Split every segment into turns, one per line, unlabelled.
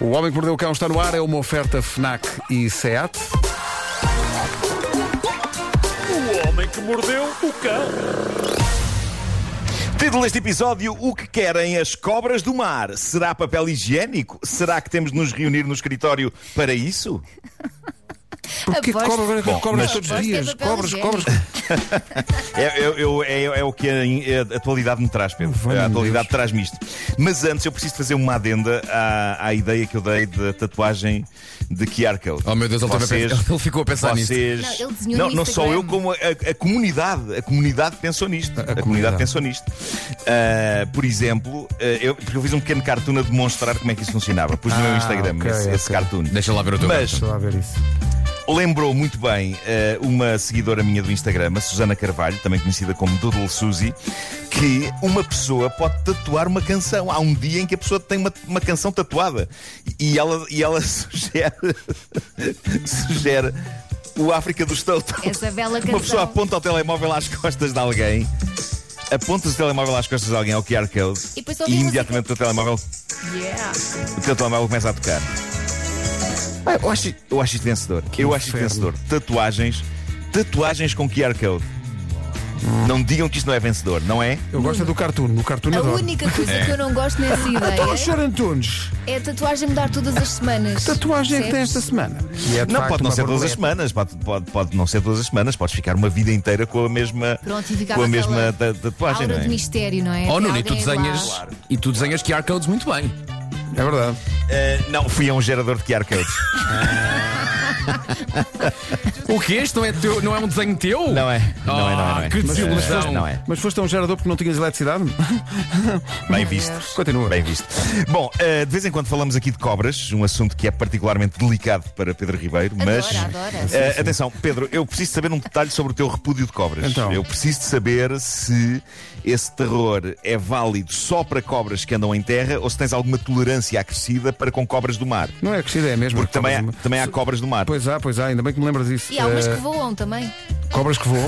O Homem que Mordeu o Cão está no ar é uma oferta FNAC e SEAT.
O homem que mordeu o cão.
Título deste episódio: O que querem as cobras do mar? Será papel higiênico? Será que temos de nos reunir no escritório para isso?
Porquê
Aposto-
cobra,
Bom,
cobras
mas-
todos os
Aposto que é
dias?
papel
Cobras,
higiênico.
cobras.
É, eu- eu- é- é o que a, a atualidade me traz, Pedro. É
Oh, valha-me
a
Deus.
atualidade traz-me isto. Mas antes eu preciso fazer uma adenda à, à ideia que eu dei de tatuagem de QR Code.
Oh meu Deus, ele, também
Vocês-
pensa- ele ficou a pensar nisto.
vocês...
Não, ele desenhou
Não,
no
não só
Instagram.
eu, como a, a- a comunidade. A comunidade pensou nisto. A, comunidade.
comunidade.
pensou nisto. Ah, por exemplo, ah, eu, porque eu fiz um pequeno cartoon a demonstrar como é que isso funcionava. Pus
Ah,
no meu Instagram
ok,
esse, esse
ok.
cartoon.
Deixa lá ver o teu
Mas
Deixa lá ver isso.
lembrou muito bem eh, uma seguidora minha do Instagram, a Susana Carvalho, também conhecida como Doodle Suzy, que uma pessoa pode tatuar uma canção. Há um dia em que a pessoa tem uma, uma canção tatuada e ela, e ela sugere, sugere o África dos Totos.
Essa bela
Uma pessoa
canção.
aponta o telemóvel às costas de alguém. Apontas o telemóvel às costas de alguém ao QR Code
E depois só
e
ouve a
imediatamente o teu telemóvel
Yeah.
o teu telemóvel começa a tocar. Ah, eu, acho, eu acho isto vencedor. eu acho isto
inferno.
vencedor. Tatuagens, tatuagens com QR Code. Não digam que isto não é vencedor, não é?
Eu gosto é do cartoon. No cartoon
A
adoro.
única coisa que eu não gosto nessa
Então,
ideia
o Sr. Antunes,
é a tatuagem mudar todas as semanas.
tatuagem é que tem
Percebes?
esta semana? E é de
não,
facto
pode não
uma
ser todas as
borboleta.
semanas, pode, pode, pode não ser todas as semanas, podes ficar uma vida inteira com a mesma,
Pronto, e ficava
com a
aquela
mesma ta- tatuagem,
Aura
não é?
de mistério, não é?
Oh
Até
Nuno, e tu
alguém lá-
desenhas e tu desenhas QR codes muito bem.
É verdade.
Eh, não, fui a um gerador de QR Codes.
O que este não é teu, não é um desenho teu?
Não é.
Ah,
Não é, não é, não é.
Que
Mas-
desilusão.
Não é.
Mas foste a um gerador porque não tinhas eletricidade?
Bem visto.
Continua.
Bem visto. Bom, eh, de vez em quando falamos aqui de cobras, um assunto que é particularmente delicado para Pedro Ribeiro,
Adora,
mas.
adora.
eh, atenção, Pedro, eu preciso saber um detalhe sobre o teu repúdio de cobras.
Então.
Eu preciso de saber se esse terror é válido só para cobras que andam em terra ou se tens alguma tolerância acrescida para com cobras do mar.
Não é crescida, é mesmo.
Porque também há,
Cobras-
também há cobras do mar.
Pois há, pois há, ainda bem que me lembras disso.
E há umas
Eh,
que voam também.
Cobras que voam.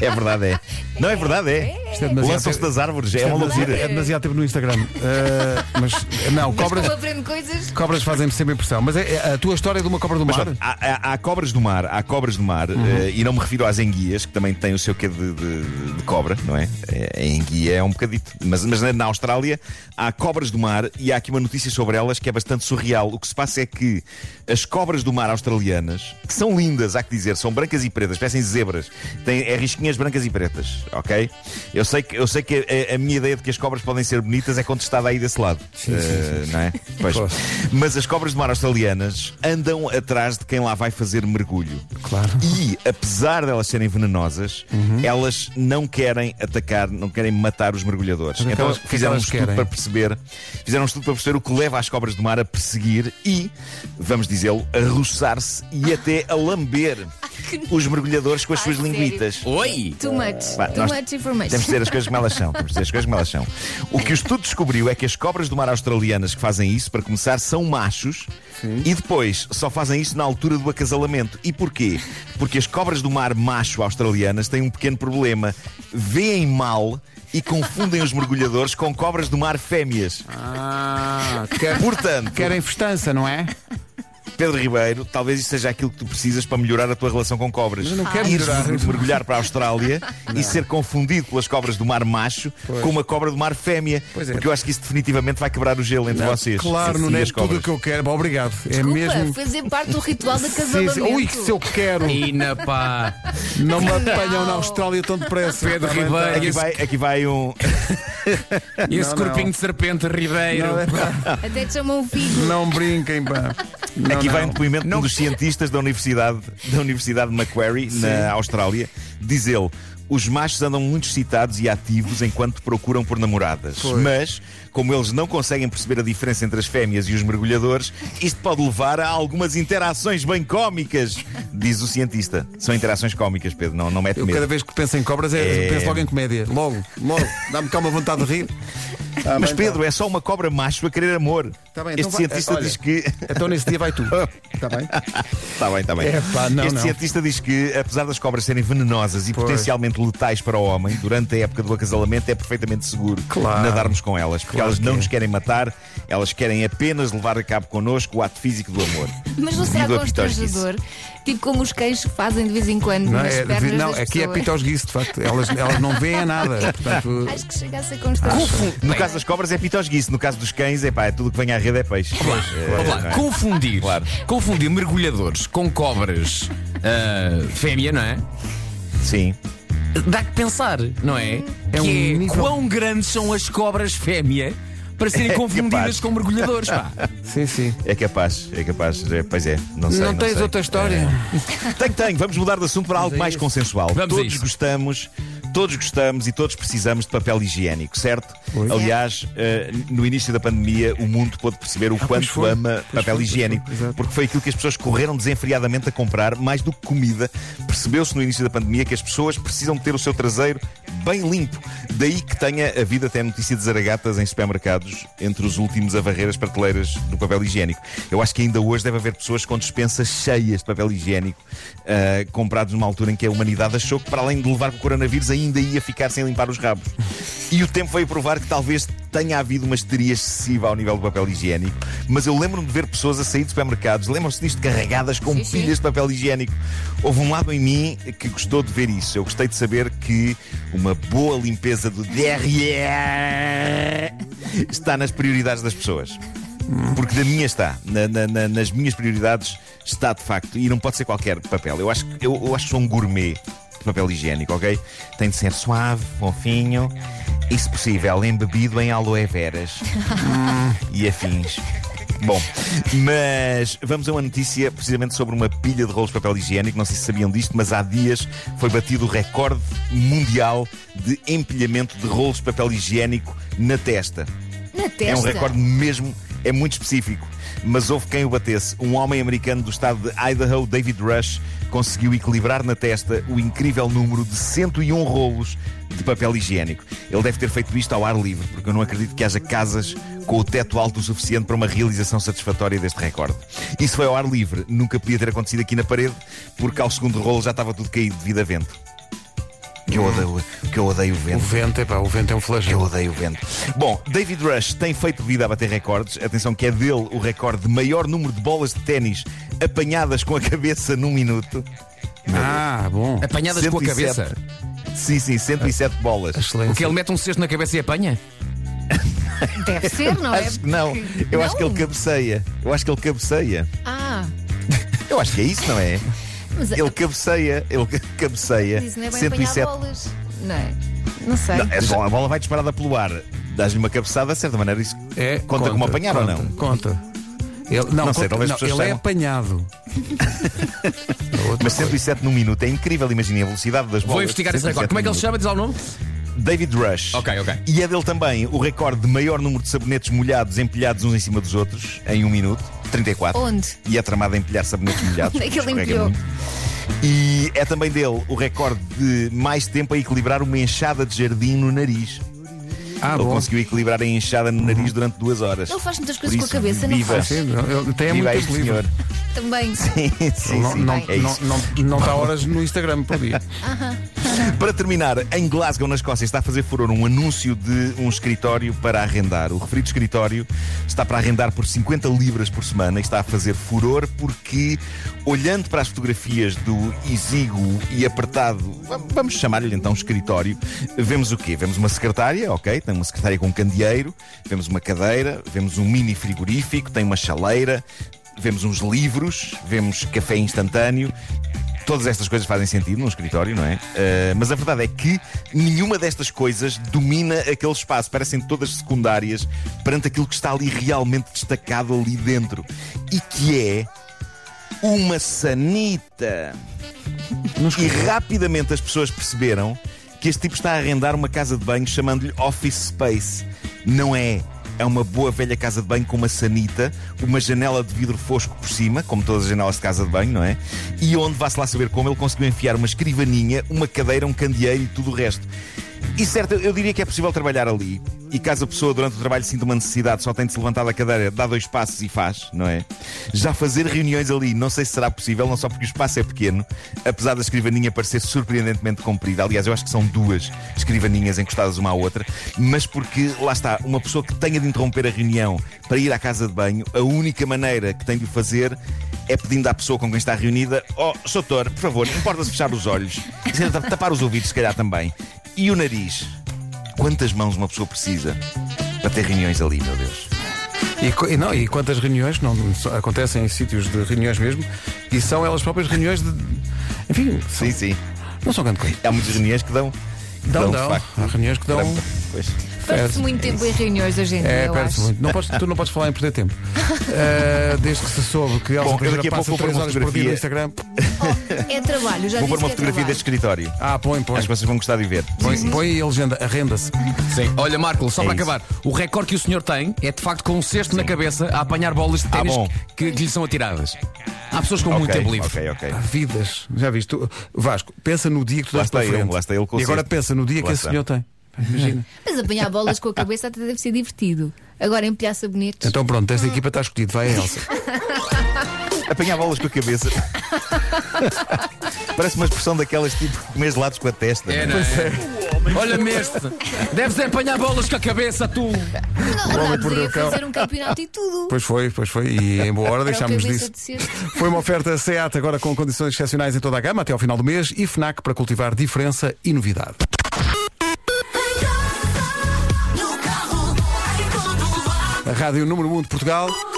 É verdade, é. Não é verdade, é.
Isto é demasiado-
Lançam-se das árvores, é
É
uma
demasiado- É
loucura.
demasiado tempo no Instagram. Eh, mas não, cobras,
Eu aprendo coisas.
cobras fazem-me sempre impressão. Mas é, é a tua história de uma cobra do
Mas
mar? Uhum.
pronto, há, há- há cobras do mar, há cobras do mar, eh, e não me refiro às enguias, que também têm o seu quê de, de- de cobra, não é? Eh, A enguia é um bocadito. Mas, mas na, na Austrália há cobras do mar e há aqui uma notícia sobre elas que é bastante surreal. O que se passa é que as cobras do mar australianas, que são lindas, há que dizer, são brancas e pretas, parecem zebras, têm é risquinhas brancas e pretas, ok? Eu sei que, eu sei que a, a minha ideia de que as cobras podem ser bonitas é contestada aí desse lado. Eh, Não é? Pois.
Posso.
Mas as cobras de mar australianas andam atrás de quem lá vai fazer mergulho.
Claro. Uhum.
E, apesar delas serem venenosas, elas não querem atacar, não querem matar os
Mas
mergulhadores.
o que
então
elas- o que
fizeram um
elas
estudo
querem?
para perceber, fizeram um estudo para perceber o que leva as cobras do mar a perseguir e, vamos dizê-lo, a roçar-se e até a lamber os mergulhadores com as
Ai,
suas
sério?
linguitas.
Oi!
Too much.
Vá,
Too
nós
much information.
Temos de dizer as coisas como elas são. Temos de dizer as coisas como elas são. O que o estudo descobriu é que as cobras do mar australianas que fazem isso, para começar, são machos e depois só fazem isso na altura do acasalamento. E porquê? Porque as cobras do mar macho australianas têm um pequeno problema. Veem mal e confundem os mergulhadores com cobras do mar fêmeas.
Ah, quer-
Portanto,
querem festança, não é?
Pedro Ribeiro, talvez isso seja aquilo que tu precisas para melhorar a tua relação com cobras.
Mas eu não quero
Ires
melhorar.
mer- mergulhar para a Austrália e ser confundido pelas cobras do mar macho com uma cobra do mar fêmea.
Pois é.
Porque eu acho que isso definitivamente vai quebrar o gelo entre vocês.
Claro,
e
não é
as
tudo
cobras.
o que eu quero. Bom, obrigado. é
Desculpa,
mesmo.
fazer parte do ritual da
Sim,
casamento.
sim. Ui, que se eu quero.
Ina pá!
Não me apanham
Não.
na Austrália tão depressa.
Pedro
Também
Ribeiro.
tá.
Aqui
Esse-
vai, aqui vai um.
Esse
Não,
corpinho
não.
de serpente Ribeiro.
Não, é pá,
Até te chamam um figo.
não brinquem, pá. Não,
Aqui vai um
não.
depoimento de um dos cientistas da Universidade, da Universidade de Macquarie, na Austrália. Diz ele: os machos andam muito excitados e ativos enquanto procuram por namoradas. Mas, como eles não conseguem perceber a diferença entre as fêmeas e os mergulhadores, isto pode levar a algumas interações bem cómicas, diz o cientista. São interações cómicas, Pedro, não, não mete
Eu
medo.
cada vez que penso em cobras, é,
É.
penso logo em comédia. Logo, logo. Dá-me cá uma vontade de rir.
Mas, Pedro, é só uma cobra macho a querer amor.
Ah, Tá bem,
este
então vai-
cientista
olha.
diz que.
Então nesse dia vai tu. Está bem?
Está Tá bem, está bem.
Epá, não,
este
não.
cientista diz que, apesar das cobras serem venenosas e
Pois.
potencialmente altamente letais para o homem durante a época do acasalamento, é perfeitamente seguro
Claro. é.
nadarmos com elas, porque elas não nos querem matar, elas querem apenas levar a cabo connosco o ato físico do amor.
Mas não será
Digo a pitosguice.
constrangedor? Tipo como os queijos fazem de vez em quando
Não,
nas
é,
pernas
não,
das
aqui é
pessoas.
pitosguice, de facto. Elas, elas não veem nada. Portanto,
Acho que chega a ser constrangedor.
No caso das cobras é pitosguice, no caso dos cães é pá, é tudo que vem à rede é peixe. É,
Vamos
não
lá,
é?
confundir,
Claro.
confundir mergulhadores com cobras ah, fêmea, não é?
Sim.
Dá que pensar, não é?
É
que
um
é,
nível-
quão grandes são as cobras fêmea para serem
É
confundidas
capaz.
com mergulhadores, pá.
sim, sim.
É capaz, é capaz, é, pois é, não sei.
não tens
sei.
outra história?
Tenho, tenho, vamos mudar de assunto para algo mais consensual.
Vamos a
todos
isso.
gostamos, todos gostamos e todos precisamos de papel higiênico, certo? Aliás, eh, no início da pandemia, o mundo pôde perceber o
Ah, pois
quanto
foi.
ama
Pois
papel
foi, pois
higiênico,
foi, exato.
porque foi aquilo que as pessoas correram desenfreadamente a comprar, mais do que comida. Percebeu-se no início da pandemia que as pessoas precisam ter o seu traseiro bem limpo. Daí que tenha havido até notícia de zaragatas em supermercados entre os últimos a varrer as prateleiras do papel higiênico. Eu acho que ainda hoje deve haver pessoas com dispensas cheias de papel higiênico ah, comprados numa altura em que a humanidade achou que, para além de levar com o coronavírus, ainda ia ficar sem limpar os rabos. E o tempo veio provar que talvez tenha havido uma histeria excessiva ao nível do papel higiênico, mas eu lembro-me de ver pessoas a sair de supermercados, lembram-se disto, carregadas com
Sim, sim.
pilhas de papel higiênico. Houve um lado em mim que gostou de ver isso. Eu gostei de saber que uma boa limpeza do DRE está nas prioridades das pessoas. Porque da minha está, Na- na- na- nas minhas prioridades está de facto, e não pode ser qualquer papel. Eu acho que, eu, eu acho que sou um gourmet de papel higiênico, ok? Tem de ser suave, fofinho e, se possível, embebido em aloe veras e afins. Bom, mas vamos a uma notícia precisamente sobre uma pilha de rolos de papel higiênico. Não sei se sabiam disto, mas há dias foi batido o recorde mundial de empilhamento de rolos de papel higiênico na testa.
Na testa.
É um recorde mesmo, é muito específico. Mas houve quem o batesse. Um homem americano do estado de Idaho, David Rush, conseguiu equilibrar na testa o incrível número de 101 rolos de papel higiênico. Ele deve ter feito isto ao ar livre, porque eu não acredito que haja casas com o teto alto o suficiente para uma realização satisfatória deste recorde. Isso foi ao ar livre, nunca podia ter acontecido aqui na parede, porque ao segundo rolo já estava tudo caído devido a vento. Que eu odeio, que eu odeio o
O
vento.
vento, epá, o vento é um
Eu
flagelo.
odeio o vento. Bom, David Rush tem feito vida a bater recordes. Atenção que é dele o recorde de maior número de bolas de ténis apanhadas com a cabeça num minuto.
Ah, bom.
Apanhadas com a
107.
cabeça.
Sim, sim, 107 bolas.
O
Excelente.
que ele mete um cesto na cabeça e apanha?
Deve ser, não é?
Acho que não. Eu acho que ele cabeceia. Eu acho que ele cabeceia.
Ah,
Eu acho que é isso, não é?
mas
Ele cabeceia. Ele ca- cabeceia.
Isso não é bem apanhar
107.
bolas. Não é? Não sei.
Não, é só, a bola vai disparada pelo ar. Dás-lhe uma cabeçada, de certa maneira, isso
É,
conta, como apanhar
conta,
ou não?
Conta. Ele, não,
Não sei,
conta-
talvez
não,
as pessoas
ele é
saibam.
apanhado. É outra
Mas
coisa.
107 num minuto é incrível, imaginem a velocidade das bolas.
Vou investigar esse
107
recorde. Como é que ele
num
se chama? Diz ao nome?
David Rush.
Ok, ok.
E é dele também o recorde de maior número de sabonetes molhados empilhados uns em cima dos outros em um minuto, 34.
Onde?
E é tramado a empilhar sabonetes molhados.
Onde é que ele
escorrega
empilhou?
muito. E é também dele o recorde de mais tempo a equilibrar uma enxada de jardim no nariz.
Ah,
Ele
bom. Uhum.
conseguiu equilibrar a enxada no nariz durante duas horas.
Ele faz muitas
Por
coisas com a
isso,
cabeça, não
viva.
faz?
Sim, ele tem
Viva
muitas
este senhor.
livros.
Também.
Sim, sim, sim.
É Não, não,
é
não,
isso.
não, não está horas no Instagram por dia.
Para terminar, em Glasgow, na Escócia, está a fazer furor um anúncio de um escritório para arrendar. O referido escritório está para arrendar por 50 libras por semana e está a fazer furor porque, olhando para as fotografias do exíguo e apertado, va- vamos chamar-lhe então escritório, vemos o quê? Vemos uma secretária, ok? Tem uma secretária com um candeeiro, vemos uma cadeira, vemos um mini frigorífico, tem uma chaleira, vemos uns livros, vemos café instantâneo. Todas estas coisas fazem sentido num escritório, não é? Ah, mas a verdade é que nenhuma destas coisas domina aquele espaço. Parecem todas secundárias perante aquilo que está ali realmente destacado ali dentro. E que é uma sanita. E rapidamente as pessoas perceberam que este tipo está a arrendar uma casa de banho chamando-lhe Office Space. Não é. É uma boa velha casa de banho com uma sanita, uma janela de vidro fosco por cima, como todas as janelas de casa de banho, não é? E onde vá-se lá saber como ele conseguiu enfiar uma escrivaninha, uma cadeira, um candeeiro e tudo o resto. E certo, eu diria que é possível trabalhar ali. E caso a pessoa durante o trabalho sinta uma necessidade, só tem de se levantar da cadeira, dá dois passos e faz, não é? Já fazer reuniões ali, não sei se será possível, não só porque o espaço é pequeno, apesar da escrivaninha parecer surpreendentemente comprida. Aliás, eu acho que são duas escrivaninhas encostadas uma à outra, mas porque, lá está, uma pessoa que tenha de interromper a reunião para ir à casa de banho, a única maneira que tem de o fazer é pedindo à pessoa com quem está reunida: Ó, oh, Soutor, por favor, importa-se fechar os olhos, tapar os ouvidos, se calhar também. E o nariz? Quantas mãos uma pessoa precisa para ter reuniões ali, meu Deus?
E, co- e não, e quantas reuniões não só acontecem em sítios de reuniões mesmo e são elas próprias reuniões de. Enfim, são-
Sim, sim.
não são grande coisa.
Há muitas reuniões que dão. que
Dão,
de
dão.
facto.
Há reuniões que dão.
Pois.
Perde-se
Perde.
muito tempo em reuniões hoje em dia,
É,
eu
perde-se
acho.
muito. Não podes, tu não podes falar em perder tempo. Ah, desde que se soube que Elsa
Bom, eu
Teixeira
daqui a pouco
passa
vou pôr
3
uma
horas por dia no
fotografia.
Instagram.
Oh, é trabalho, já
Vou pôr
disse
uma
que é
fotografia
trabalho.
deste escritório.
Ah, põe, põe.
Acho que vocês vão gostar de ver.
Põe, põe e a legenda, arrenda-se.
Sim. Olha, Marco, só
É
para
isso.
acabar, o recorde que o senhor tem é de facto com um cesto na cabeça a apanhar bolas de ténis
Ah, bom.
que, que lhe são atiradas. Há pessoas com
Ok,
muito tempo livre.
ok, ok.
Vidas, já viste? Tu- Vasco, pensa no dia que tu
Lá
dás para
está ele,
frente.
lá está ele com o
e agora
cesto.
pensa no dia que
Lá
esse
está.
senhor tem. Imagina.
Mas apanhar bolas com a cabeça até deve ser divertido. Agora empilhar sabonetes.
Então pronto, esta equipa está escolhida. Vai a Elsa.
Apanhar bolas com a cabeça. Parece uma expressão daquelas tipo comer gelados com a testa.
É,
não
não é? Olha-me este. Deves é apanhar bolas com a cabeça, tu.
Não,
homem
andámos
perdeu
aí
o
a
cão.
fazer um campeonato e tudo.
Pois foi, pois foi. E em boa hora
Para É o
deixámos
cabeça
disso.
de cesto.
Foi uma oferta SEAT agora com condições excepcionais em toda a gama até ao final do mês e FNAC para cultivar diferença e novidade.
Em casa, no carro, em todo lado.
A Rádio Número 1 de Portugal.